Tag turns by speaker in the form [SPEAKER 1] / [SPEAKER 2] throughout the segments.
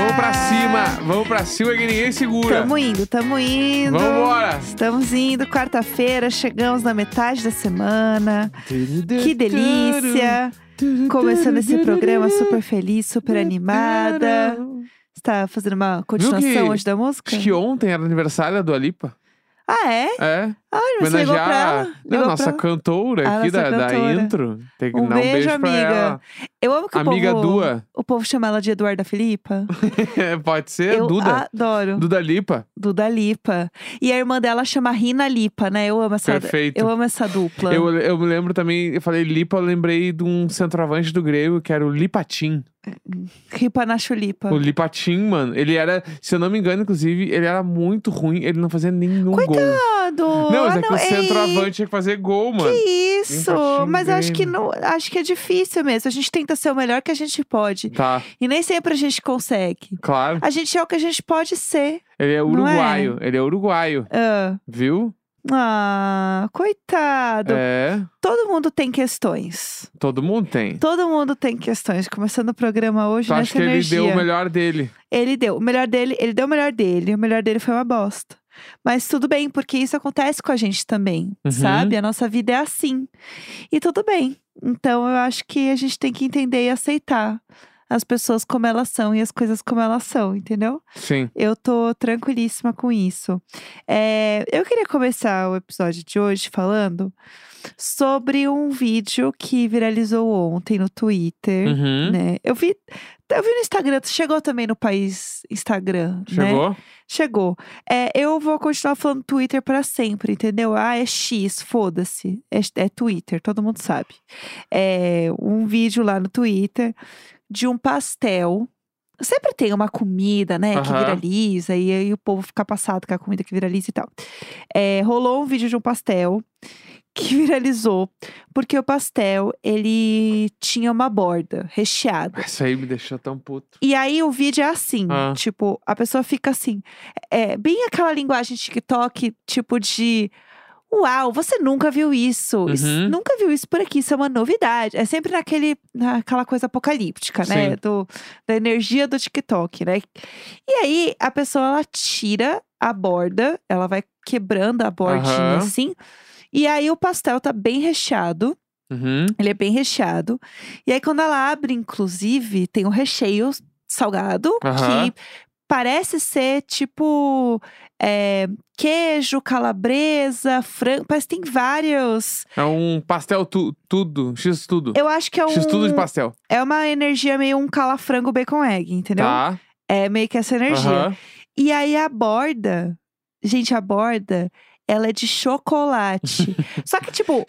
[SPEAKER 1] é
[SPEAKER 2] pra cima que ninguém segura.
[SPEAKER 1] Tamo indo, tamo indo.
[SPEAKER 2] Vambora.
[SPEAKER 1] Estamos indo, quarta-feira, chegamos na metade da semana. Que delícia! Começando esse programa super feliz, super animada. Você tá fazendo uma continuação
[SPEAKER 2] que-
[SPEAKER 1] hoje da música?
[SPEAKER 2] Acho que ontem era aniversário da Dua Lipa.
[SPEAKER 1] Ah, é?
[SPEAKER 2] É.
[SPEAKER 1] Olha, você ligou pra
[SPEAKER 2] Homenagear a
[SPEAKER 1] ela?
[SPEAKER 2] Não,
[SPEAKER 1] Ligou
[SPEAKER 2] nossa
[SPEAKER 1] pra ela?
[SPEAKER 2] cantora
[SPEAKER 1] A
[SPEAKER 2] aqui
[SPEAKER 1] nossa
[SPEAKER 2] da, da
[SPEAKER 1] cantora.
[SPEAKER 2] intro. Tem que
[SPEAKER 1] Um
[SPEAKER 2] dar um
[SPEAKER 1] beijo,
[SPEAKER 2] beijo pra
[SPEAKER 1] amiga.
[SPEAKER 2] ela.
[SPEAKER 1] Eu amo que
[SPEAKER 2] Amiga
[SPEAKER 1] o povo...
[SPEAKER 2] Dua.
[SPEAKER 1] O povo chama ela de Eduarda Filipa.
[SPEAKER 2] Pode ser?
[SPEAKER 1] Eu
[SPEAKER 2] É, Duda.
[SPEAKER 1] adoro.
[SPEAKER 2] Duda Lipa.
[SPEAKER 1] Duda Lipa. E a irmã dela chama Rina Lipa, né? Eu amo essa,
[SPEAKER 2] Perfeito.
[SPEAKER 1] eu amo essa dupla.
[SPEAKER 2] Eu, eu me lembro também, eu falei Lipa, eu lembrei de um centroavante do Grêmio que era o Lipatim.
[SPEAKER 1] Ripa na chulipa.
[SPEAKER 2] O Lipatim, mano, ele era, se eu não me engano, inclusive, ele era muito ruim, ele não fazia nenhum gol.
[SPEAKER 1] Coitado!
[SPEAKER 2] Não, mas
[SPEAKER 1] Ah,
[SPEAKER 2] é que o
[SPEAKER 1] ei,
[SPEAKER 2] centroavante tinha que fazer gol, mano.
[SPEAKER 1] Que isso!
[SPEAKER 2] Limpatinho
[SPEAKER 1] Mas acho que,
[SPEAKER 2] Grêmio.
[SPEAKER 1] não, acho que é difícil mesmo. A gente tenta ser o melhor que a gente pode.
[SPEAKER 2] Tá,
[SPEAKER 1] E nem sempre a gente consegue.
[SPEAKER 2] claro.
[SPEAKER 1] A gente é o que a gente pode ser.
[SPEAKER 2] Ele é uruguaio, ele é uruguaio,
[SPEAKER 1] Ah,
[SPEAKER 2] viu?
[SPEAKER 1] ah, coitado.
[SPEAKER 2] É,
[SPEAKER 1] Todo mundo tem questões.
[SPEAKER 2] todo mundo tem.
[SPEAKER 1] Todo mundo tem questões. Começando o programa hoje
[SPEAKER 2] Tu acha
[SPEAKER 1] nessa
[SPEAKER 2] que ele
[SPEAKER 1] energia.
[SPEAKER 2] deu o melhor dele?
[SPEAKER 1] Ele deu. O melhor dele, ele deu o melhor dele. O melhor dele foi uma bosta. Mas tudo bem, porque isso acontece com a gente também,
[SPEAKER 2] Uhum.
[SPEAKER 1] sabe? A nossa vida é assim. E tudo bem. Então eu acho que a gente tem que entender e aceitar as pessoas como elas são e as coisas como elas são, entendeu?
[SPEAKER 2] Sim.
[SPEAKER 1] Eu tô tranquilíssima com isso. É, eu queria começar o episódio de hoje falando sobre um vídeo que viralizou ontem no Twitter
[SPEAKER 2] Uhum.
[SPEAKER 1] né? Eu vi, eu vi no Instagram, chegou também no país Instagram, né?
[SPEAKER 2] Chegou?
[SPEAKER 1] Chegou. É, eu vou continuar falando Twitter para sempre, entendeu? Ah, é X, foda-se. É, é Twitter, todo mundo sabe. É um vídeo lá no Twitter de um pastel. Sempre tem uma comida, né, que
[SPEAKER 2] Aham.
[SPEAKER 1] viraliza e aí o povo fica passado com a comida que viraliza e tal. É, rolou um vídeo de um pastel que viralizou porque o pastel ele tinha uma borda recheada.
[SPEAKER 2] Isso aí me deixou tão puto.
[SPEAKER 1] E aí o vídeo é assim,
[SPEAKER 2] Ah.
[SPEAKER 1] tipo, a pessoa fica assim, é bem aquela linguagem TikTok, tipo de Uau, você nunca viu isso. Isso-
[SPEAKER 2] Uhum.
[SPEAKER 1] Nunca viu isso por aqui, isso é uma novidade. É sempre naquele, naquela coisa apocalíptica, né?
[SPEAKER 2] Sim.
[SPEAKER 1] Do, da energia do TikTok, né? E aí a pessoa ela tira a borda, ela vai quebrando a bordinha
[SPEAKER 2] Aham.
[SPEAKER 1] assim. E aí o pastel tá bem recheado.
[SPEAKER 2] Uhum.
[SPEAKER 1] Ele é bem recheado. E aí, quando ela abre, inclusive, tem um recheio salgado
[SPEAKER 2] Aham.
[SPEAKER 1] que parece ser tipo é, queijo, calabresa, frango. Parece que tem vários.
[SPEAKER 2] É um pastel tu- tudo, X tudo.
[SPEAKER 1] Eu acho que é um.
[SPEAKER 2] X tudo de pastel.
[SPEAKER 1] É uma energia meio um calafrango bacon egg, entendeu?
[SPEAKER 2] Tá.
[SPEAKER 1] É meio que essa energia.
[SPEAKER 2] Aham.
[SPEAKER 1] E aí a borda, gente, a borda, ela é de chocolate. Só que, tipo,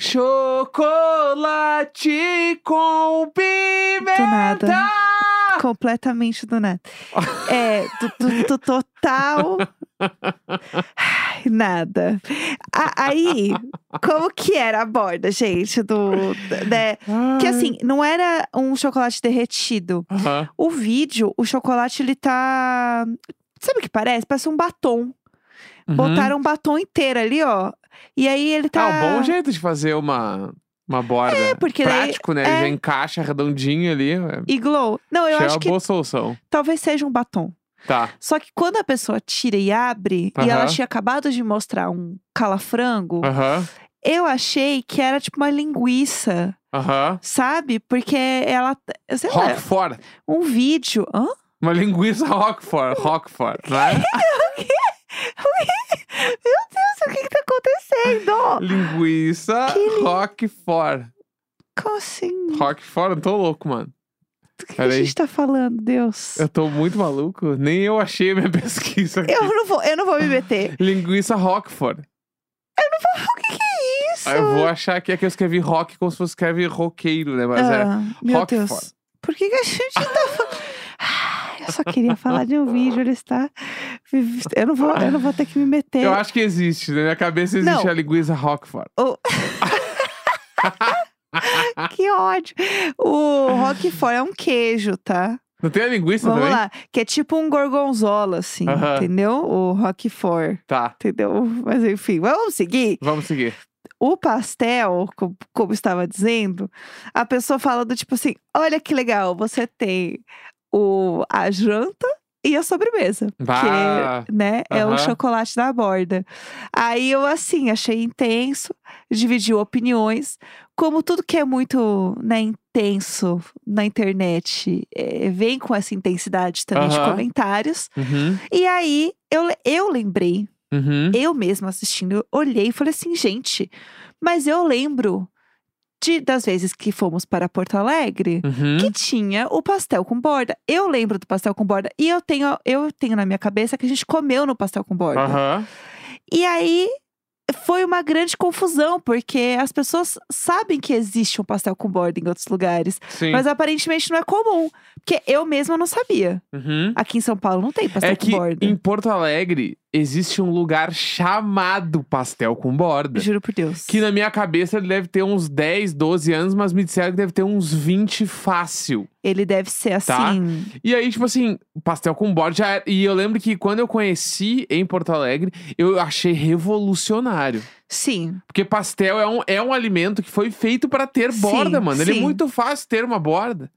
[SPEAKER 2] Chocolate com
[SPEAKER 1] do
[SPEAKER 2] pimenta.
[SPEAKER 1] nada. Completamente do nada. É, do, do- do total. Ai, Nada. A- aí, como que era a borda, gente? Do, da- né? Que assim, não era um chocolate derretido.
[SPEAKER 2] Aham.
[SPEAKER 1] O vídeo, o chocolate, ele tá. Sabe o que parece? Parece um batom.
[SPEAKER 2] Uhum.
[SPEAKER 1] Botaram um batom inteiro ali, ó. E aí ele tá.
[SPEAKER 2] Ah, um bom jeito de fazer uma, uma borda. É,
[SPEAKER 1] porque daí-
[SPEAKER 2] Prático, né? Ele
[SPEAKER 1] é.
[SPEAKER 2] já encaixa redondinho ali. é.
[SPEAKER 1] E glow. Não, eu
[SPEAKER 2] Já é
[SPEAKER 1] acho
[SPEAKER 2] uma
[SPEAKER 1] que
[SPEAKER 2] boa solução.
[SPEAKER 1] talvez seja um batom.
[SPEAKER 2] Tá.
[SPEAKER 1] Só que quando a pessoa tira e abre, e ela
[SPEAKER 2] Aham. Ah.
[SPEAKER 1] tinha acabado de mostrar um calafrango,
[SPEAKER 2] Aham.
[SPEAKER 1] eu achei que era tipo uma linguiça,
[SPEAKER 2] Aham.
[SPEAKER 1] sabe? Porque ela. eu Sei lá,
[SPEAKER 2] Rockford.
[SPEAKER 1] um vídeo. Hã?
[SPEAKER 2] Uma linguiça Rockford. Rockford. Né?
[SPEAKER 1] Meu Deus, o que que tá acontecendo?
[SPEAKER 2] linguiça Rockford.
[SPEAKER 1] Como assim?
[SPEAKER 2] Rockford, eu tô louco, mano.
[SPEAKER 1] Do que, que a
[SPEAKER 2] Peraí.
[SPEAKER 1] gente tá falando, Deus?
[SPEAKER 2] Eu tô muito maluco. Nem eu achei a minha pesquisa aqui. Ah,
[SPEAKER 1] Eu não vou, eu não vou me meter.
[SPEAKER 2] Linguiça Rockford.
[SPEAKER 1] o que, que é isso?
[SPEAKER 2] Ah, Eu vou achar aqui é que eu escrevi rock como se fosse escreve roqueiro, né? Mas é.
[SPEAKER 1] Ah, meu
[SPEAKER 2] rock
[SPEAKER 1] Deus.
[SPEAKER 2] fora.
[SPEAKER 1] Por que, que a gente tá falando? Ah, Eu só queria falar de um vídeo, ele está. Eu não vou, eu não vou ter que me meter.
[SPEAKER 2] Eu acho que existe, né? na minha cabeça existe
[SPEAKER 1] é. Não.
[SPEAKER 2] a linguiça Rockford.
[SPEAKER 1] Que ódio. O Roquefort é um queijo, tá?
[SPEAKER 2] Não tem a linguiça
[SPEAKER 1] Vamos
[SPEAKER 2] também?
[SPEAKER 1] lá. Que é tipo um gorgonzola, assim,
[SPEAKER 2] Aham.
[SPEAKER 1] entendeu? O Roquefort.
[SPEAKER 2] Tá,
[SPEAKER 1] Entendeu? Mas enfim, vamos seguir.
[SPEAKER 2] vamos seguir.
[SPEAKER 1] O pastel, co- como estava dizendo, a pessoa fala do tipo assim: olha que legal, você tem o, a janta, e a sobremesa.
[SPEAKER 2] Bah.
[SPEAKER 1] Que, né, é o
[SPEAKER 2] Aham.
[SPEAKER 1] chocolate na borda. Aí eu, assim, achei intenso, dividi opiniões. Como tudo que é muito, né, intenso na internet, eh, vem com essa intensidade também de
[SPEAKER 2] Aham.
[SPEAKER 1] comentários.
[SPEAKER 2] Uhum,
[SPEAKER 1] E aí, eu, le- eu lembrei,
[SPEAKER 2] uhum.
[SPEAKER 1] eu mesma assistindo, eu olhei e falei assim, gente, mas eu lembro de, das vezes que fomos para Porto Alegre
[SPEAKER 2] Uhum.
[SPEAKER 1] que tinha o pastel com borda. Eu lembro do pastel com borda e eu tenho, eu tenho na minha cabeça que a gente comeu no pastel com borda.
[SPEAKER 2] Aham.
[SPEAKER 1] E aí foi uma grande confusão, porque as pessoas sabem que existe um pastel com borda em outros lugares,
[SPEAKER 2] Sim.
[SPEAKER 1] mas aparentemente não é comum, porque eu mesma não sabia.
[SPEAKER 2] Uhum.
[SPEAKER 1] Aqui em São Paulo não tem pastel
[SPEAKER 2] É
[SPEAKER 1] com
[SPEAKER 2] que
[SPEAKER 1] borda.
[SPEAKER 2] em Porto Alegre existe um lugar chamado pastel com borda.
[SPEAKER 1] Juro por Deus.
[SPEAKER 2] Que na minha cabeça ele deve ter uns 10, 12 anos, mas me disseram que deve ter uns 20 fácil.
[SPEAKER 1] Ele deve ser assim.
[SPEAKER 2] Tá. E aí, tipo assim, pastel com borda já era- E eu lembro que quando eu conheci em Porto Alegre, eu achei revolucionário.
[SPEAKER 1] Sim.
[SPEAKER 2] Porque pastel é um, é um alimento que foi feito pra ter borda,
[SPEAKER 1] Sim,
[SPEAKER 2] mano. Ele é
[SPEAKER 1] sim.
[SPEAKER 2] muito fácil ter uma borda.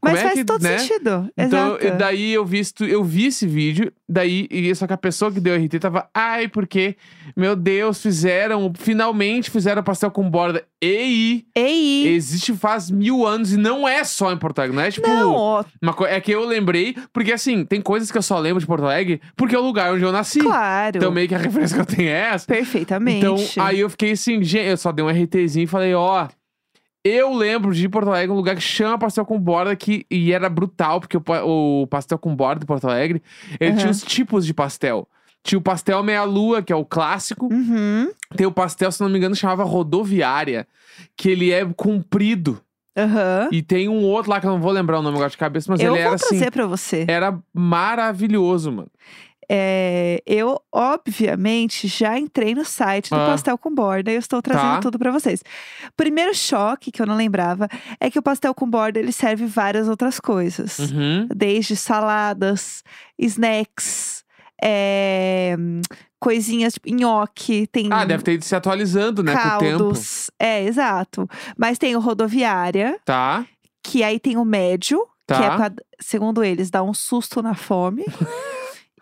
[SPEAKER 2] Como
[SPEAKER 1] Mas
[SPEAKER 2] é
[SPEAKER 1] faz
[SPEAKER 2] que,
[SPEAKER 1] todo
[SPEAKER 2] né?
[SPEAKER 1] sentido.
[SPEAKER 2] Então,
[SPEAKER 1] Exato.
[SPEAKER 2] eu- daí eu vi, isso- eu vi esse vídeo, daí, e só que a pessoa que deu RT tava, ai, porque, meu Deus, fizeram, finalmente fizeram pastel com borda. Ei,
[SPEAKER 1] Ei!
[SPEAKER 2] existe faz mil anos e não é só em Porto Alegre, não é tipo.
[SPEAKER 1] Não, ó,
[SPEAKER 2] Uma co- é que eu lembrei, porque assim, tem coisas que eu só lembro de Porto Alegre porque é o lugar onde eu nasci.
[SPEAKER 1] claro.
[SPEAKER 2] Então, meio que a referência que eu tenho é essa.
[SPEAKER 1] Perfeitamente.
[SPEAKER 2] Então, aí eu fiquei assim, gente, eu só dei um RTzinho e falei, ó. Eu lembro de Porto Alegre, um lugar que chama pastel com borda, que, e era brutal, porque o, pa- o pastel com borda de Porto Alegre, ele
[SPEAKER 1] Aham.
[SPEAKER 2] tinha os tipos de pastel. Tinha o pastel meia-lua, que é o clássico.
[SPEAKER 1] Uhum.
[SPEAKER 2] Tem o pastel, se não me engano, chamava rodoviária, que ele é comprido.
[SPEAKER 1] Aham.
[SPEAKER 2] E tem um outro lá que eu não vou lembrar o nome agora de cabeça, mas
[SPEAKER 1] eu
[SPEAKER 2] ele
[SPEAKER 1] vou
[SPEAKER 2] era assim.
[SPEAKER 1] trazer pra você.
[SPEAKER 2] Era maravilhoso, mano.
[SPEAKER 1] É, eu, obviamente, já entrei no site do
[SPEAKER 2] Ah.
[SPEAKER 1] Pastel com Borda e eu estou trazendo
[SPEAKER 2] Tá.
[SPEAKER 1] tudo pra vocês. Primeiro choque, que eu não lembrava, é que o pastel com borda ele serve várias outras coisas.
[SPEAKER 2] Uhum.
[SPEAKER 1] Desde saladas, snacks, é, hum, coisinhas tipo nhoque, tem
[SPEAKER 2] Ah, deve ter ido se atualizando, né, com o tempo.
[SPEAKER 1] caldos. É, exato. Mas tem o rodoviária,
[SPEAKER 2] Tá,
[SPEAKER 1] que aí tem o médio, que é
[SPEAKER 2] tá.
[SPEAKER 1] pra, segundo eles, dá um susto na fome.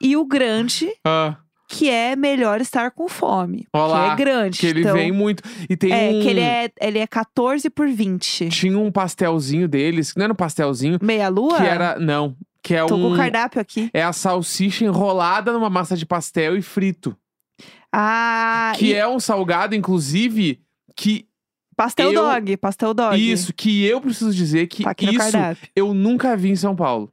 [SPEAKER 1] e o grande,
[SPEAKER 2] Ah,
[SPEAKER 1] que é melhor estar com fome.
[SPEAKER 2] Ó lá,
[SPEAKER 1] que é grande.
[SPEAKER 2] que ele
[SPEAKER 1] então,
[SPEAKER 2] vem muito. E tem
[SPEAKER 1] É,
[SPEAKER 2] um...
[SPEAKER 1] que ele é, ele é 14 por 20.
[SPEAKER 2] Tinha um pastelzinho deles, que não era um pastelzinho,
[SPEAKER 1] Meia lua?
[SPEAKER 2] que era... Não, que é
[SPEAKER 1] Tô com
[SPEAKER 2] um...
[SPEAKER 1] o cardápio aqui.
[SPEAKER 2] É a salsicha enrolada numa massa de pastel e frito.
[SPEAKER 1] Ah,
[SPEAKER 2] que
[SPEAKER 1] e
[SPEAKER 2] é um salgado, inclusive, que...
[SPEAKER 1] pastel
[SPEAKER 2] eu-
[SPEAKER 1] dog, pastel dog.
[SPEAKER 2] Isso, que eu preciso dizer que
[SPEAKER 1] Tá aqui no
[SPEAKER 2] isso
[SPEAKER 1] cardápio.
[SPEAKER 2] eu nunca vi em São Paulo.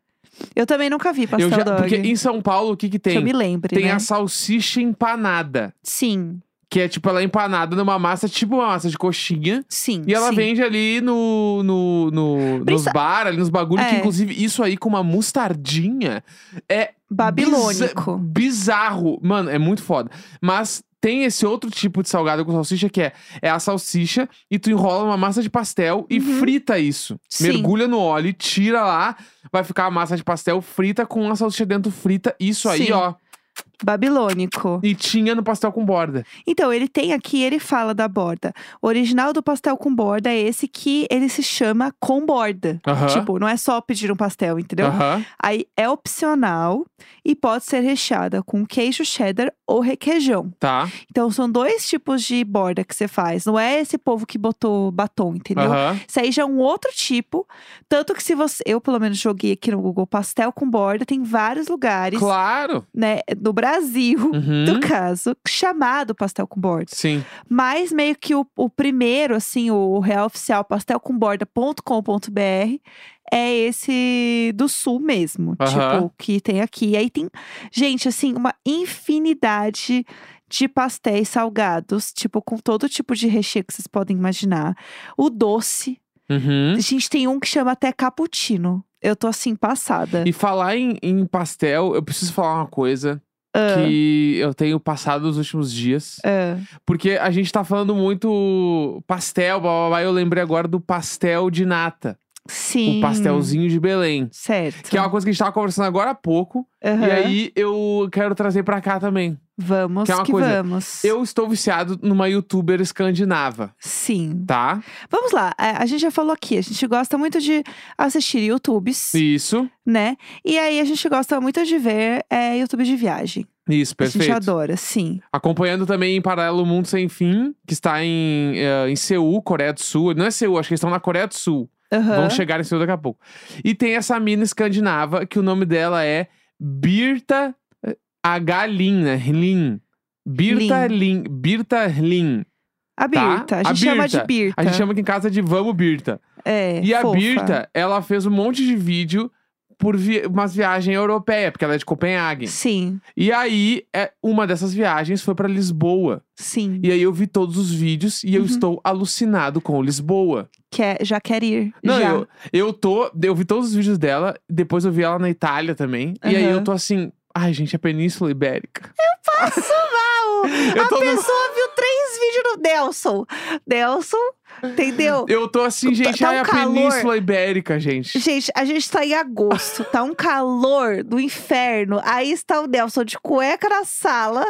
[SPEAKER 1] Eu também nunca vi pastel
[SPEAKER 2] eu já,
[SPEAKER 1] dog.
[SPEAKER 2] Porque em São Paulo, o que que
[SPEAKER 1] Que eu
[SPEAKER 2] tem?
[SPEAKER 1] me lembre,
[SPEAKER 2] Tem
[SPEAKER 1] né?
[SPEAKER 2] a salsicha empanada.
[SPEAKER 1] Sim,
[SPEAKER 2] Que é tipo, ela é empanada numa massa, tipo uma massa de coxinha.
[SPEAKER 1] sim,
[SPEAKER 2] E ela
[SPEAKER 1] sim.
[SPEAKER 2] vende ali no, no, no- nos
[SPEAKER 1] Precisa-
[SPEAKER 2] bar, ali nos bagulhos. Que
[SPEAKER 1] É.
[SPEAKER 2] inclusive isso aí com uma mostardinha é
[SPEAKER 1] Babilônico.
[SPEAKER 2] biza- bizarro. Mano, é muito foda. Mas tem esse outro tipo de salgado com salsicha que é, é a salsicha e tu enrola uma massa de pastel e
[SPEAKER 1] Uhum.
[SPEAKER 2] frita isso.
[SPEAKER 1] Sim.
[SPEAKER 2] Mergulha no óleo, e tira lá, vai ficar a massa de pastel frita com a salsicha dentro frita. Isso aí,
[SPEAKER 1] Sim.
[SPEAKER 2] ó.
[SPEAKER 1] Babilônico.
[SPEAKER 2] E tinha no pastel com borda.
[SPEAKER 1] Então, ele tem aqui, ele fala da borda. O original do pastel com borda é esse que ele se chama com borda.
[SPEAKER 2] Aham.
[SPEAKER 1] Tipo, não é só pedir um pastel, entendeu?
[SPEAKER 2] Aham.
[SPEAKER 1] Aí é opcional e pode ser recheada com queijo cheddar ou requeijão.
[SPEAKER 2] Tá.
[SPEAKER 1] Então, são dois tipos de borda que você faz. Não é esse povo que botou batom, entendeu?
[SPEAKER 2] Aham.
[SPEAKER 1] Isso aí já é um outro tipo. Tanto que se você. Eu, pelo menos, joguei aqui no Google pastel com borda, tem vários lugares,
[SPEAKER 2] Claro.
[SPEAKER 1] né? No Brasil,
[SPEAKER 2] Uhum.
[SPEAKER 1] no caso, chamado pastel com borda.
[SPEAKER 2] Sim.
[SPEAKER 1] Mas meio que o, o primeiro, assim, o, o real oficial pastelcomborda.com.br é esse do sul mesmo.
[SPEAKER 2] Aham.
[SPEAKER 1] Tipo, que tem aqui. E aí tem, gente, assim, uma infinidade de pastéis salgados, tipo, com todo tipo de recheio que vocês podem imaginar. O doce.
[SPEAKER 2] Uhum.
[SPEAKER 1] A gente tem um que chama até cappuccino. Eu tô assim, passada.
[SPEAKER 2] E falar em, em pastel, eu preciso falar uma coisa que eu tenho passado nos últimos dias.
[SPEAKER 1] Ah,
[SPEAKER 2] Porque a gente tá falando muito pastel, blá, blá, blá, eu lembrei agora do pastel de nata.
[SPEAKER 1] sim.
[SPEAKER 2] O pastelzinho de Belém.
[SPEAKER 1] Certo.
[SPEAKER 2] Que é uma coisa que a gente tava conversando agora há pouco. E
[SPEAKER 1] Aham.
[SPEAKER 2] aí eu quero trazer pra cá também.
[SPEAKER 1] Vamos
[SPEAKER 2] Que é uma
[SPEAKER 1] que
[SPEAKER 2] coisa-
[SPEAKER 1] vamos.
[SPEAKER 2] Eu estou viciado numa youtuber escandinava,
[SPEAKER 1] Sim.
[SPEAKER 2] tá?
[SPEAKER 1] Vamos lá. é, A a gente já falou aqui, a gente gosta muito de assistir YouTubes,
[SPEAKER 2] Isso.
[SPEAKER 1] né? E aí a gente gosta muito de ver é, YouTube de viagem.
[SPEAKER 2] Isso,
[SPEAKER 1] A gente
[SPEAKER 2] perfeito.
[SPEAKER 1] adora, sim.
[SPEAKER 2] Acompanhando também em paralelo o Mundo Sem Fim, que está em, eh, em Seul, Coreia do Sul. Não é Seul, acho que eles estão na Coreia do Sul.
[SPEAKER 1] Aham.
[SPEAKER 2] Vão chegar em Seul daqui a pouco. E tem essa mina escandinava, que o nome dela é Birta H. Lin, né? Lin. Birta Lin. Birta Lin.
[SPEAKER 1] A Birta. A
[SPEAKER 2] A
[SPEAKER 1] gente chama
[SPEAKER 2] Birta.
[SPEAKER 1] de Birta.
[SPEAKER 2] A gente chama aqui em casa de Vamos Birta.
[SPEAKER 1] É,
[SPEAKER 2] E a
[SPEAKER 1] fofa.
[SPEAKER 2] Birta, ela fez um monte de vídeo por vi umas viagens europeias, porque ela é de Copenhague.
[SPEAKER 1] Sim,
[SPEAKER 2] E aí, é, uma dessas viagens foi pra Lisboa.
[SPEAKER 1] sim.
[SPEAKER 2] E aí eu vi todos os vídeos e eu
[SPEAKER 1] Uhum.
[SPEAKER 2] estou alucinado com Lisboa.
[SPEAKER 1] Quer, já quer ir.
[SPEAKER 2] Não,
[SPEAKER 1] já.
[SPEAKER 2] eu, eu tô. Eu vi todos os vídeos dela, depois eu vi ela na Itália também. E aí
[SPEAKER 1] Aham.
[SPEAKER 2] eu tô assim. Ai, gente, a Península Ibérica.
[SPEAKER 1] Passo mal!
[SPEAKER 2] Eu
[SPEAKER 1] a
[SPEAKER 2] tô no-
[SPEAKER 1] pessoa viu três vídeos do Delson. Delson, entendeu?
[SPEAKER 2] Eu tô assim,
[SPEAKER 1] Tá-
[SPEAKER 2] gente,
[SPEAKER 1] tá
[SPEAKER 2] ai,
[SPEAKER 1] um
[SPEAKER 2] a
[SPEAKER 1] calor.
[SPEAKER 2] Península Ibérica, gente.
[SPEAKER 1] Gente, a gente tá em agosto, tá um calor do inferno. Aí está o Delson de cueca na sala,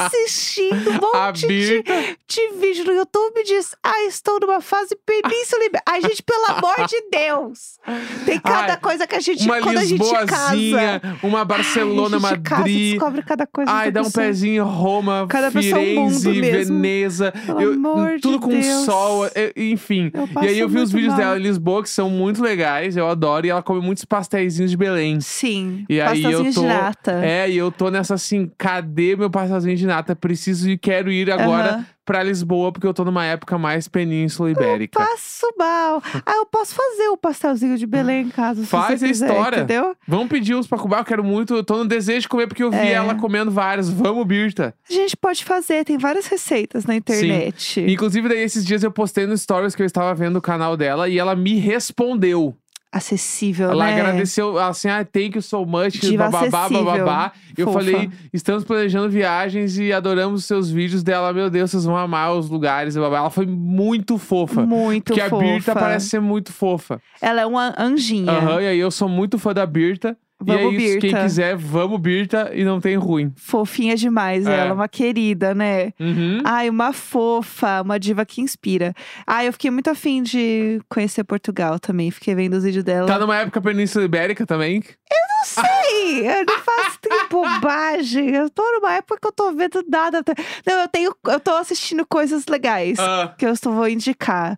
[SPEAKER 1] assistindo um
[SPEAKER 2] A
[SPEAKER 1] monte de,
[SPEAKER 2] Birta.
[SPEAKER 1] de vídeo no YouTube e diz: Ah, estou numa fase península. Ibérica." Ai, gente, pelo amor de Deus! Tem cada
[SPEAKER 2] Ai,
[SPEAKER 1] coisa que a gente.
[SPEAKER 2] Uma
[SPEAKER 1] quando a gente
[SPEAKER 2] Lisboazinha,
[SPEAKER 1] casa.
[SPEAKER 2] uma Barcelona,
[SPEAKER 1] Ai, a gente casa,
[SPEAKER 2] Madrid.
[SPEAKER 1] descobre cada coisa.
[SPEAKER 2] Ai,
[SPEAKER 1] da
[SPEAKER 2] dá um
[SPEAKER 1] pessoa.
[SPEAKER 2] pezinho em Roma,
[SPEAKER 1] Cada pessoa é um mundo
[SPEAKER 2] Firenze,
[SPEAKER 1] mesmo.
[SPEAKER 2] Veneza.
[SPEAKER 1] Pelo
[SPEAKER 2] eu- hum,
[SPEAKER 1] amor de
[SPEAKER 2] tudo com
[SPEAKER 1] Deus.
[SPEAKER 2] sol, é- enfim.
[SPEAKER 1] Eu
[SPEAKER 2] E
[SPEAKER 1] passo
[SPEAKER 2] aí eu vi os
[SPEAKER 1] muito
[SPEAKER 2] vídeos
[SPEAKER 1] mal.
[SPEAKER 2] dela em Lisboa, que são muito legais, eu adoro. E ela come muitos pastéis de Belém.
[SPEAKER 1] Sim,
[SPEAKER 2] E aí eu
[SPEAKER 1] pastelzinho
[SPEAKER 2] tô-
[SPEAKER 1] de nata.
[SPEAKER 2] É, e eu tô nessa assim, cadê meu pastelzinho de nata? Preciso e quero ir agora
[SPEAKER 1] Aham.
[SPEAKER 2] pra Lisboa, porque eu tô numa época mais Península Ibérica.
[SPEAKER 1] Passo mal. Ah, eu posso fazer o pastelzinho de Belém em casa. se
[SPEAKER 2] Faz
[SPEAKER 1] você
[SPEAKER 2] a
[SPEAKER 1] quiser,
[SPEAKER 2] história.
[SPEAKER 1] Entendeu?
[SPEAKER 2] Vamos pedir uns pra Cuba, eu quero muito, eu tô no desejo de comer, porque eu vi
[SPEAKER 1] É.
[SPEAKER 2] ela comendo vários. Vamos, Birta!
[SPEAKER 1] A gente pode fazer, tem várias receitas na internet.
[SPEAKER 2] Inclusive, daí esses dias eu postei no Stories que eu estava vendo o canal dela e ela me respondeu.
[SPEAKER 1] Acessível,
[SPEAKER 2] Ela é
[SPEAKER 1] né?
[SPEAKER 2] agradeceu, assim, ah, thank you so much,
[SPEAKER 1] Diva
[SPEAKER 2] bababá,
[SPEAKER 1] acessível.
[SPEAKER 2] bababá. Eu
[SPEAKER 1] Fofa.
[SPEAKER 2] falei, estamos planejando viagens e adoramos os seus vídeos dela. Meu Deus, vocês vão amar os lugares, babá. Ela foi muito fofa.
[SPEAKER 1] Muito
[SPEAKER 2] Porque
[SPEAKER 1] fofa.
[SPEAKER 2] a Birta parece ser muito fofa.
[SPEAKER 1] Ela é uma anjinha.
[SPEAKER 2] Aham, e aí eu sou muito fã da Birta.
[SPEAKER 1] Vamos,
[SPEAKER 2] e é isso, quem
[SPEAKER 1] Birta.
[SPEAKER 2] quiser, vamos Birta e não tem ruim.
[SPEAKER 1] Fofinha demais,
[SPEAKER 2] É.
[SPEAKER 1] ela, uma querida, né?
[SPEAKER 2] Uhum.
[SPEAKER 1] Ai, uma fofa, uma diva que inspira. Ai, eu fiquei muito afim de conhecer Portugal também. Fiquei vendo os vídeos dela.
[SPEAKER 2] Tá numa época Península Ibérica também.
[SPEAKER 1] Não sei, eu não faço tem bobagem. Eu tô numa época que eu tô vendo nada. Não, eu tenho, eu tô assistindo coisas legais.
[SPEAKER 2] Ah,
[SPEAKER 1] Que eu estou, vou indicar.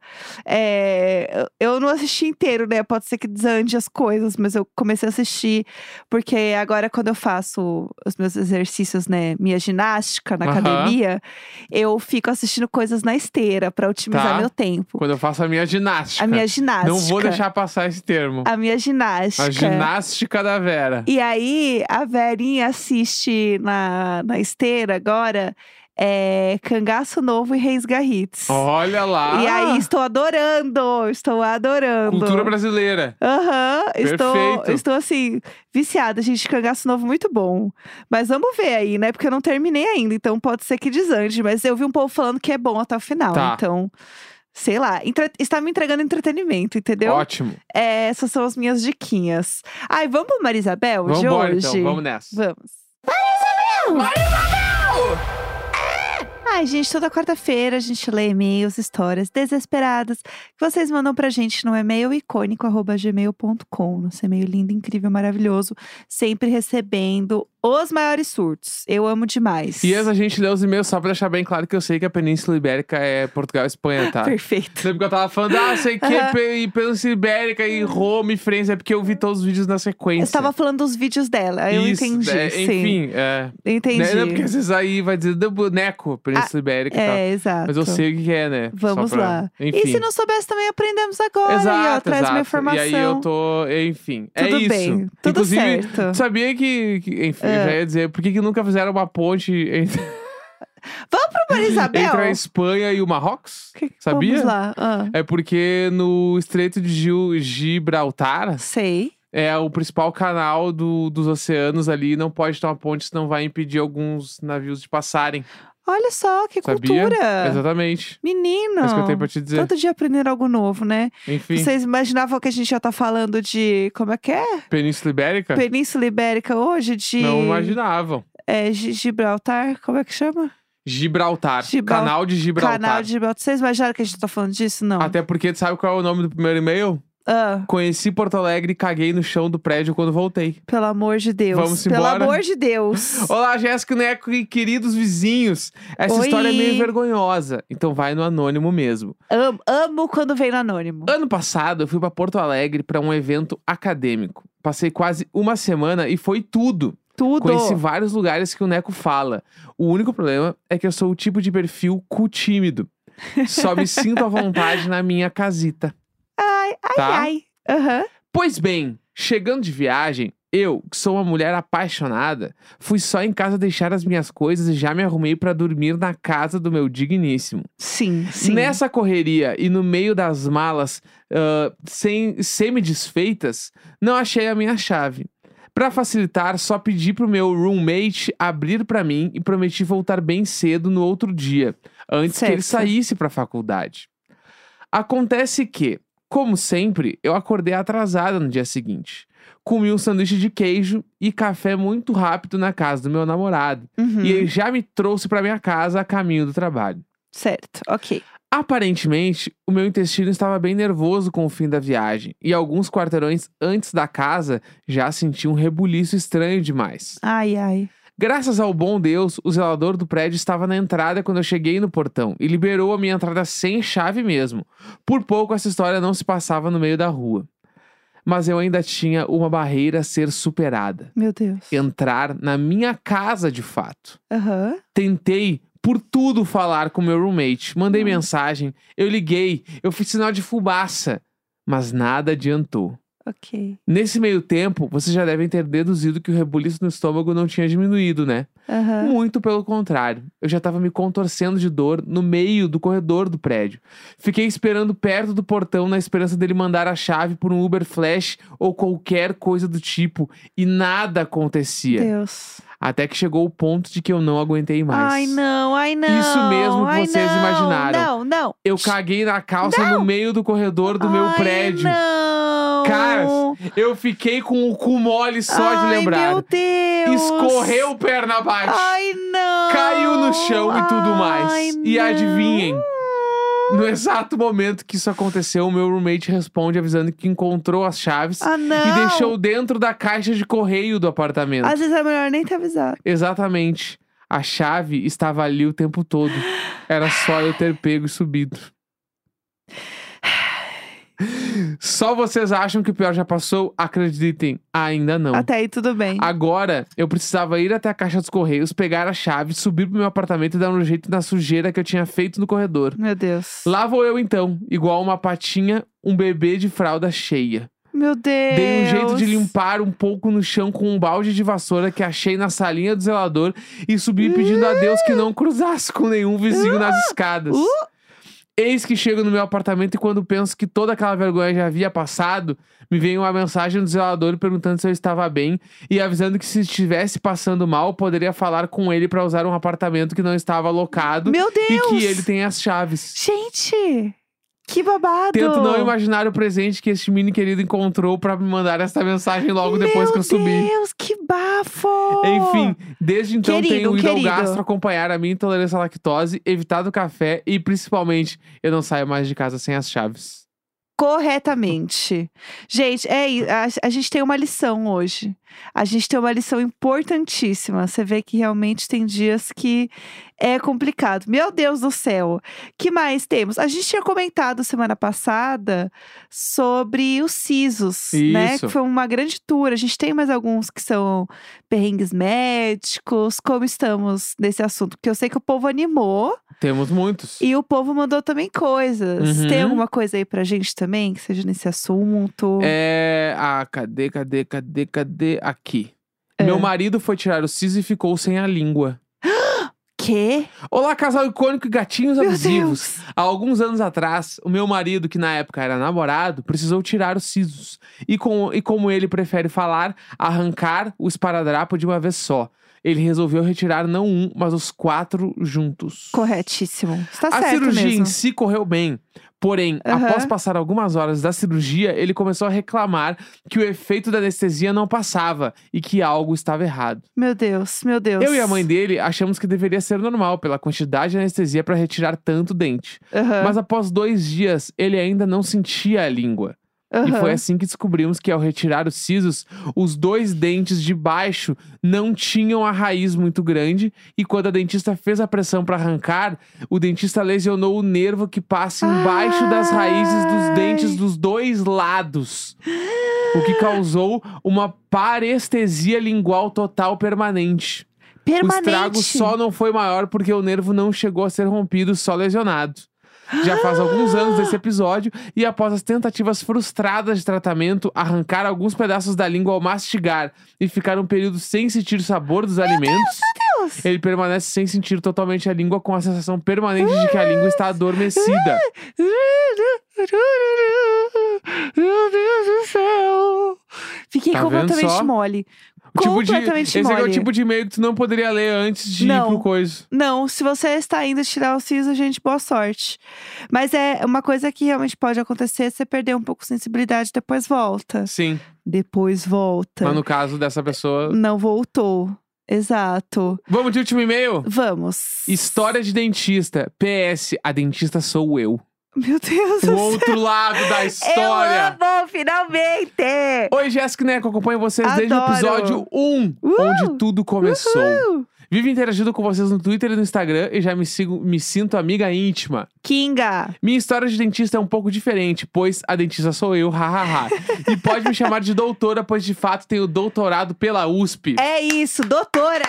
[SPEAKER 1] É, eu eu não assisti inteiro, né? Pode ser que desande as coisas, mas eu comecei a assistir. Porque agora, quando eu faço os meus exercícios, né? Minha ginástica na
[SPEAKER 2] Aham.
[SPEAKER 1] academia, eu fico assistindo coisas na esteira pra otimizar
[SPEAKER 2] Tá.
[SPEAKER 1] meu tempo.
[SPEAKER 2] quando eu faço a minha ginástica.
[SPEAKER 1] A minha ginástica.
[SPEAKER 2] Não vou deixar passar esse termo.
[SPEAKER 1] A minha ginástica.
[SPEAKER 2] A ginástica da Vera.
[SPEAKER 1] E aí, a Verinha assiste na, na esteira agora é, Cangaço Novo e Reis Garrites.
[SPEAKER 2] Olha lá.
[SPEAKER 1] E aí, estou adorando, estou adorando.
[SPEAKER 2] Ah! Cultura brasileira.
[SPEAKER 1] Aham, estou,
[SPEAKER 2] Perfeito.
[SPEAKER 1] estou assim, viciada, gente. Cangaço novo, muito bom. Mas vamos ver aí, né? Porque eu não terminei ainda, então pode ser que desande. Mas eu vi um povo falando que é bom até o final.
[SPEAKER 2] Tá.
[SPEAKER 1] Então, sei lá. Entre- Está me entregando entretenimento, entendeu?
[SPEAKER 2] Ótimo.
[SPEAKER 1] É, essas são as minhas diquinhas. Ai, vamos pra Marisabel
[SPEAKER 2] Vamos
[SPEAKER 1] de
[SPEAKER 2] embora
[SPEAKER 1] hoje?
[SPEAKER 2] então, vamos nessa.
[SPEAKER 1] Vamos. Ai, gente, toda quarta-feira a gente lê e-mails, histórias desesperadas que vocês mandam pra gente no e-mail icônico.gmail.com. Nosso e-mail lindo, incrível, maravilhoso. Sempre recebendo os maiores surtos. Eu amo demais.
[SPEAKER 2] E essa a gente lê os e-mails só pra deixar bem claro que eu sei que a Península Ibérica é Portugal e Espanha, tá?
[SPEAKER 1] Perfeito.
[SPEAKER 2] Sempre que eu tava falando, ah, sei que
[SPEAKER 1] Aham.
[SPEAKER 2] pe- e Península Ibérica e Roma e Firenze, é porque eu vi todos os vídeos na
[SPEAKER 1] Eu
[SPEAKER 2] sequência.
[SPEAKER 1] estava falando dos vídeos dela, eu
[SPEAKER 2] Isso,
[SPEAKER 1] entendi.
[SPEAKER 2] é,
[SPEAKER 1] sim.
[SPEAKER 2] Enfim, é.
[SPEAKER 1] entendi.
[SPEAKER 2] Né, Não, porque às vezes aí vai dizer do boneco, Península Ibérica e tal.
[SPEAKER 1] É, exato.
[SPEAKER 2] Mas eu sei o que que é, né? Só
[SPEAKER 1] Vamos
[SPEAKER 2] pra-
[SPEAKER 1] lá.
[SPEAKER 2] Enfim.
[SPEAKER 1] E se não soubesse também, aprendemos agora. e ó,
[SPEAKER 2] Exato,
[SPEAKER 1] traz uma
[SPEAKER 2] exato.
[SPEAKER 1] informação.
[SPEAKER 2] E aí eu tô, enfim, é
[SPEAKER 1] Tudo
[SPEAKER 2] isso.
[SPEAKER 1] bem, tudo
[SPEAKER 2] Inclusive,
[SPEAKER 1] certo.
[SPEAKER 2] tu sabia que, que- enfim, eu
[SPEAKER 1] Ah.
[SPEAKER 2] já ia dizer, por que, que nunca fizeram uma ponte entre,
[SPEAKER 1] Vamos pro Marisabel?
[SPEAKER 2] entre a Espanha e o Marrocos?
[SPEAKER 1] Que-
[SPEAKER 2] sabia?
[SPEAKER 1] Vamos lá. ah,
[SPEAKER 2] É porque no Estreito de Gil- Gibraltar
[SPEAKER 1] Sei.
[SPEAKER 2] é o principal canal do- dos oceanos ali, não pode ter uma ponte, senão vai impedir alguns navios de passarem.
[SPEAKER 1] Olha só, que
[SPEAKER 2] Sabia?
[SPEAKER 1] cultura.
[SPEAKER 2] Exatamente.
[SPEAKER 1] Menino.
[SPEAKER 2] É isso que eu tenho pra te dizer.
[SPEAKER 1] Todo dia aprender algo novo, né?
[SPEAKER 2] Enfim,
[SPEAKER 1] Vocês imaginavam que a gente já tá falando de. Como é que é?
[SPEAKER 2] Península Ibérica?
[SPEAKER 1] Península Ibérica hoje? De.
[SPEAKER 2] Não imaginavam.
[SPEAKER 1] é, Gi- Gibraltar, como é que chama?
[SPEAKER 2] Gibraltar.
[SPEAKER 1] Gibral-
[SPEAKER 2] Canal de Gibraltar.
[SPEAKER 1] Canal de Gibraltar. Vocês imaginaram que a gente tá falando disso? Não.
[SPEAKER 2] Até porque, tu sabe qual é o nome do primeiro e-mail?
[SPEAKER 1] Ah,
[SPEAKER 2] Conheci Porto Alegre e caguei no chão do prédio quando voltei.
[SPEAKER 1] pelo amor de Deus.
[SPEAKER 2] Vamos
[SPEAKER 1] pelo
[SPEAKER 2] embora?
[SPEAKER 1] amor de Deus.
[SPEAKER 2] Olá, Jéssica e Neco e queridos vizinhos. Essa
[SPEAKER 1] Oi.
[SPEAKER 2] história é meio vergonhosa, então vai no anônimo mesmo.
[SPEAKER 1] Amo, amo quando vem no anônimo.
[SPEAKER 2] Ano passado, eu fui pra Porto Alegre pra um evento acadêmico. Passei quase uma semana e foi tudo.
[SPEAKER 1] Tudo.
[SPEAKER 2] Conheci vários lugares que o Neco fala. O único problema é que eu sou o tipo de perfil cu tímido. Só me sinto à vontade na minha casita.
[SPEAKER 1] Ai, ai,
[SPEAKER 2] tá?
[SPEAKER 1] ai. Aham.
[SPEAKER 2] Pois bem, chegando de viagem, eu, que sou uma mulher apaixonada, fui só em casa deixar as minhas coisas e já me arrumei pra dormir na casa do meu digníssimo.
[SPEAKER 1] Sim, sim.
[SPEAKER 2] Nessa correria e no meio das malas ah, sem semi-desfeitas, não achei a minha chave. Pra facilitar, só pedi pro meu roommate abrir pra mim e prometi voltar bem cedo no outro dia, antes que ele
[SPEAKER 1] Certo.
[SPEAKER 2] saísse pra faculdade. Acontece que, como sempre, eu acordei atrasada no dia seguinte. Comi um sanduíche de queijo e café muito rápido na casa do meu namorado.
[SPEAKER 1] Uhum.
[SPEAKER 2] E ele já me trouxe pra minha casa a caminho do trabalho.
[SPEAKER 1] Certo, ok.
[SPEAKER 2] Aparentemente, o meu intestino estava bem nervoso com o fim da viagem, e alguns quarteirões antes da casa já senti um rebuliço estranho demais.
[SPEAKER 1] Ai, ai.
[SPEAKER 2] Graças ao bom Deus, o zelador do prédio estava na entrada quando eu cheguei no portão e liberou a minha entrada sem chave mesmo. Por pouco essa história não se passava no meio da rua. Mas eu ainda tinha uma barreira a ser superada:
[SPEAKER 1] Meu Deus.
[SPEAKER 2] entrar na minha casa de fato.
[SPEAKER 1] Aham.
[SPEAKER 2] Tentei por tudo falar com meu roommate. Mandei
[SPEAKER 1] Hum.
[SPEAKER 2] mensagem, eu liguei, eu fiz sinal de fubaça, mas nada adiantou.
[SPEAKER 1] Ok.
[SPEAKER 2] Nesse meio tempo, vocês já devem ter deduzido que o rebuliço no estômago não tinha diminuído, né?
[SPEAKER 1] Aham.
[SPEAKER 2] Muito pelo contrário. Eu já tava me contorcendo de dor no meio do corredor do prédio. Fiquei esperando perto do portão na esperança dele mandar a chave por um Uber Flash ou qualquer coisa do tipo e nada acontecia.
[SPEAKER 1] Deus.
[SPEAKER 2] Até que chegou o ponto de que eu não aguentei mais.
[SPEAKER 1] Ai, não, ai, não.
[SPEAKER 2] Isso mesmo que
[SPEAKER 1] ai,
[SPEAKER 2] vocês
[SPEAKER 1] não,
[SPEAKER 2] imaginaram.
[SPEAKER 1] Não, não.
[SPEAKER 2] Eu caguei na calça no meio do corredor do meu
[SPEAKER 1] Ai,
[SPEAKER 2] prédio.
[SPEAKER 1] Não.
[SPEAKER 2] Caras, Eu fiquei com o cu mole só de
[SPEAKER 1] ai,
[SPEAKER 2] lembrar.
[SPEAKER 1] Meu Deus.
[SPEAKER 2] Escorreu perna abaixo.
[SPEAKER 1] Ai, não.
[SPEAKER 2] Caiu no chão e tudo mais.
[SPEAKER 1] Ai,
[SPEAKER 2] E
[SPEAKER 1] não.
[SPEAKER 2] adivinhem? No exato momento que isso aconteceu, o meu roommate responde avisando que encontrou as chaves
[SPEAKER 1] Ah, não.
[SPEAKER 2] e deixou dentro da caixa de correio do apartamento.
[SPEAKER 1] Às vezes é melhor nem te avisar.
[SPEAKER 2] Exatamente. A chave estava ali o tempo todo. Era só eu ter pego e subido. Só vocês acham que o pior já passou? Acreditem, ainda não.
[SPEAKER 1] Até aí tudo bem.
[SPEAKER 2] Agora, eu precisava ir até a caixa dos correios, pegar a chave, subir pro meu apartamento e dar um jeito na sujeira que eu tinha feito no corredor.
[SPEAKER 1] Meu Deus.
[SPEAKER 2] Lá vou eu então, igual uma patinha, um bebê de fralda cheia.
[SPEAKER 1] Meu Deus.
[SPEAKER 2] Dei um jeito de limpar um pouco no chão com um balde de vassoura que achei na salinha do zelador e subi pedindo a Deus que não cruzasse com nenhum vizinho nas escadas.
[SPEAKER 1] Uh!
[SPEAKER 2] Eis que chego no meu apartamento e quando penso que toda aquela vergonha já havia passado, me vem uma mensagem do zelador perguntando se eu estava bem e avisando que se estivesse passando mal, poderia falar com ele para usar um apartamento que não estava alocado
[SPEAKER 1] Meu Deus.
[SPEAKER 2] e que ele tem as chaves.
[SPEAKER 1] Gente, que babado.
[SPEAKER 2] Tento não imaginar o presente que este mini querido encontrou pra me mandar esta mensagem logo depois que eu
[SPEAKER 1] Meu
[SPEAKER 2] subi.
[SPEAKER 1] Deus, que bafo.
[SPEAKER 2] Enfim, desde então
[SPEAKER 1] Querido,
[SPEAKER 2] tenho ido
[SPEAKER 1] querido.
[SPEAKER 2] ao gastro acompanhar a minha intolerância à lactose, evitado o café e, principalmente, eu não saio mais de casa sem as chaves.
[SPEAKER 1] Corretamente. Gente, é, i- a, a gente tem uma lição hoje. A gente tem uma lição importantíssima. Você vê que realmente tem dias que é complicado. Meu Deus do céu. que mais temos? A gente tinha comentado semana passada sobre os SISOS, né?
[SPEAKER 2] Isso.
[SPEAKER 1] Que foi uma grande tour. A gente tem mais alguns que são perrengues médicos. Como estamos nesse assunto? Porque eu sei que o povo animou.
[SPEAKER 2] Temos muitos.
[SPEAKER 1] E o povo mandou também coisas.
[SPEAKER 2] Uhum.
[SPEAKER 1] Tem alguma coisa aí pra gente também, que seja nesse assunto?
[SPEAKER 2] É. Ah, cadê, cadê, cadê, cadê? Aqui.
[SPEAKER 1] É.
[SPEAKER 2] Meu marido foi tirar o siso e ficou sem a língua.
[SPEAKER 1] Quê?
[SPEAKER 2] Olá, casal icônico e gatinhos
[SPEAKER 1] Meu
[SPEAKER 2] abusivos.
[SPEAKER 1] Deus!
[SPEAKER 2] Há alguns anos atrás, o meu marido, que na época era namorado, precisou tirar os sisos. E, com- e como ele prefere falar, arrancar o esparadrapo de uma vez só. ele resolveu retirar não um, mas os quatro juntos.
[SPEAKER 1] Corretíssimo. Está
[SPEAKER 2] a
[SPEAKER 1] tá certo
[SPEAKER 2] cirurgia
[SPEAKER 1] mesmo.
[SPEAKER 2] em si correu bem. Porém,
[SPEAKER 1] Aham.
[SPEAKER 2] após passar algumas horas da cirurgia, ele começou a reclamar que o efeito da anestesia não passava e que algo estava errado.
[SPEAKER 1] Meu Deus, meu Deus.
[SPEAKER 2] Eu e a mãe dele achamos que deveria ser normal pela quantidade de anestesia para retirar tanto dente.
[SPEAKER 1] Aham,
[SPEAKER 2] Mas após dois dias, ele ainda não sentia a língua. E
[SPEAKER 1] aham.
[SPEAKER 2] foi assim que descobrimos que ao retirar os sisos, os dois dentes de baixo não tinham a raiz muito grande. E quando a dentista fez a pressão para arrancar, o dentista lesionou o nervo que passa embaixo das raízes dos dentes
[SPEAKER 1] Ai.
[SPEAKER 2] dos dois lados. O que causou uma parestesia lingual total permanente. O
[SPEAKER 1] Permanente.
[SPEAKER 2] estrago só não foi maior porque o nervo não chegou a ser rompido, só lesionado. Já faz alguns anos desse episódio e após as tentativas frustradas de tratamento, arrancar alguns pedaços da língua ao mastigar e ficar um período sem sentir o sabor dos alimentos,
[SPEAKER 1] Deus.
[SPEAKER 2] ele permanece sem sentir totalmente a língua com a sensação permanente de que a língua está adormecida.
[SPEAKER 1] Meu Deus do céu. Fiquei
[SPEAKER 2] Tá vendo só?
[SPEAKER 1] completamente mole.
[SPEAKER 2] O tipo de,
[SPEAKER 1] completamente
[SPEAKER 2] esse aqui é o
[SPEAKER 1] mole.
[SPEAKER 2] tipo de e-mail que tu não poderia ler antes de ir
[SPEAKER 1] Não.
[SPEAKER 2] pro coisa.
[SPEAKER 1] Não, se você está indo tirar o siso, gente, boa sorte. Mas é uma coisa que realmente pode acontecer é você perder um pouco de sensibilidade, depois volta.
[SPEAKER 2] Sim,
[SPEAKER 1] Depois volta.
[SPEAKER 2] mas no caso dessa pessoa.
[SPEAKER 1] Não voltou. Exato.
[SPEAKER 2] Vamos de último e-mail?
[SPEAKER 1] Vamos.
[SPEAKER 2] História de dentista. PS, a dentista sou eu.
[SPEAKER 1] Meu Deus do
[SPEAKER 2] O
[SPEAKER 1] céu.
[SPEAKER 2] outro lado da história.
[SPEAKER 1] Eu amo, finalmente! Uh,
[SPEAKER 2] Oi, Jéssica Neco, acompanho vocês desde o
[SPEAKER 1] Adoro.
[SPEAKER 2] episódio 1,
[SPEAKER 1] Uhul.
[SPEAKER 2] onde tudo começou.
[SPEAKER 1] Uhul.
[SPEAKER 2] Vivo interagindo com vocês no Twitter e no Instagram e já me, sigo, me sinto amiga íntima.
[SPEAKER 1] Kinga!
[SPEAKER 2] Minha história de dentista é um pouco diferente, pois a dentista sou eu, hahaha. e pode me chamar de doutora, pois de fato tenho doutorado pela USP.
[SPEAKER 1] É isso, doutora!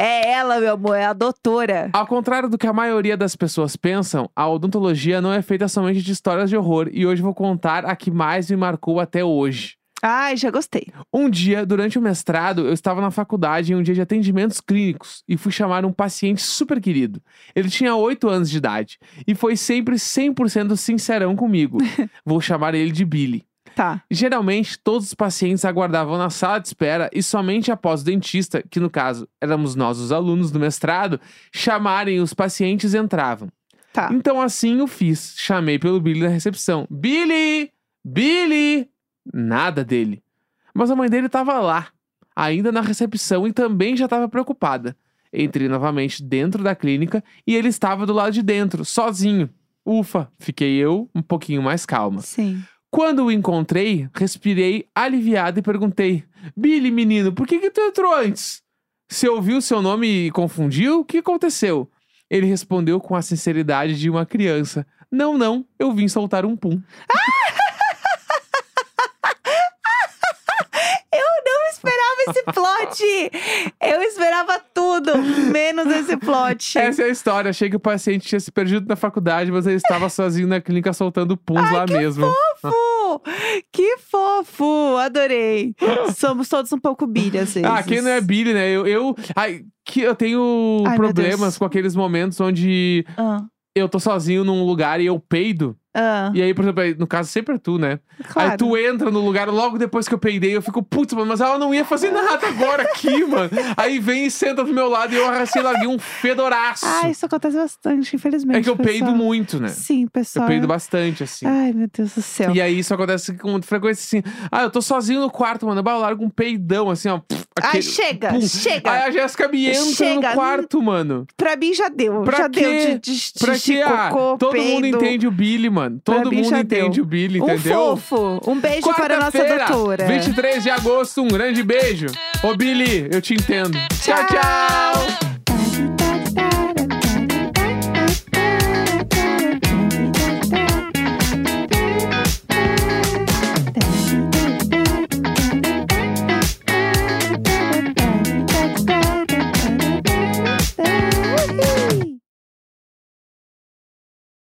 [SPEAKER 1] É ela, meu amor, é a doutora.
[SPEAKER 2] Ao contrário do que a maioria das pessoas pensam, a odontologia não é feita somente de histórias de horror, e hoje vou contar a que mais me marcou até hoje.
[SPEAKER 1] Ai, já gostei.
[SPEAKER 2] Um dia, durante o mestrado, eu estava na faculdade em um dia de atendimentos clínicos e fui chamar um paciente super querido. Ele tinha 8 anos de idade e foi sempre 100% sincerão comigo. Vou chamar ele de Billy.
[SPEAKER 1] Tá.
[SPEAKER 2] Geralmente, todos os pacientes aguardavam na sala de espera e somente após o dentista, que no caso éramos nós os alunos do mestrado, chamarem os pacientes entravam.
[SPEAKER 1] Tá.
[SPEAKER 2] Então assim eu fiz. Chamei pelo Billy na recepção. Billy! Billy! Nada dele. Mas a mãe dele estava lá, ainda na recepção e também já estava preocupada. Entrei novamente dentro da clínica e ele estava do lado de dentro, sozinho. Ufa, fiquei eu um pouquinho mais calma.
[SPEAKER 1] Sim.
[SPEAKER 2] Quando o encontrei, respirei aliviado e perguntei: Billy, menino, por que, que tu entrou antes? Você ouviu seu nome e confundiu? O que aconteceu? Ele respondeu com a sinceridade de uma criança: Não, não, eu vim soltar um pum.
[SPEAKER 1] Eu não esperava esse plot! Eu esperava tudo, menos esse plot.
[SPEAKER 2] Essa é a história. Achei que o paciente tinha se perdido na faculdade, mas ele estava sozinho na clínica soltando puns lá mesmo.
[SPEAKER 1] Fofo! Que fofo! Adorei. Somos todos um pouco bilha, às vezes.
[SPEAKER 2] Ah, quem não é Billy, né? Eu, eu, ai, que eu tenho
[SPEAKER 1] Ai, meu
[SPEAKER 2] problemas
[SPEAKER 1] Deus.
[SPEAKER 2] com aqueles momentos onde
[SPEAKER 1] Ah,
[SPEAKER 2] eu tô sozinho num lugar e eu peido.
[SPEAKER 1] ah,
[SPEAKER 2] E aí, por exemplo, aí, no caso, sempre é tu, né?
[SPEAKER 1] claro.
[SPEAKER 2] Aí tu entra no lugar logo depois que eu peidei, eu fico, putz, mano, mas ela não ia fazer nada agora aqui, mano. Aí vem e senta do meu lado e eu arrastei larguei um fedoraço.
[SPEAKER 1] Ah, isso acontece bastante, infelizmente.
[SPEAKER 2] é que eu
[SPEAKER 1] pessoal.
[SPEAKER 2] peido muito, né?
[SPEAKER 1] Sim, pessoal.
[SPEAKER 2] Eu peido bastante, assim.
[SPEAKER 1] Ai, É, meu Deus do céu.
[SPEAKER 2] E é aí isso acontece com muita frequência, assim. Ah, eu tô sozinho no quarto, mano. Bah, eu largo um peidão, assim, ó. pff,
[SPEAKER 1] Ai,
[SPEAKER 2] aquele-
[SPEAKER 1] chega,
[SPEAKER 2] pum.
[SPEAKER 1] chega.
[SPEAKER 2] Aí a Jéssica me entra
[SPEAKER 1] Chega.
[SPEAKER 2] no quarto, mano.
[SPEAKER 1] Pra mim já deu.
[SPEAKER 2] Pra
[SPEAKER 1] já
[SPEAKER 2] quê?
[SPEAKER 1] deu de, de,
[SPEAKER 2] Pra
[SPEAKER 1] de
[SPEAKER 2] que? Ah,
[SPEAKER 1] cocô,
[SPEAKER 2] todo mundo
[SPEAKER 1] peido.
[SPEAKER 2] entende o Billy, mano.
[SPEAKER 1] Pra
[SPEAKER 2] Todo
[SPEAKER 1] mim
[SPEAKER 2] mundo
[SPEAKER 1] já
[SPEAKER 2] entende
[SPEAKER 1] deu.
[SPEAKER 2] o Billy,
[SPEAKER 1] Um
[SPEAKER 2] entendeu?
[SPEAKER 1] fofo. Um beijo para a nossa
[SPEAKER 2] Quarta-feira,
[SPEAKER 1] doutora.
[SPEAKER 2] 23 de agosto, um grande beijo. Ô Billy, eu te entendo. tchau! tchau.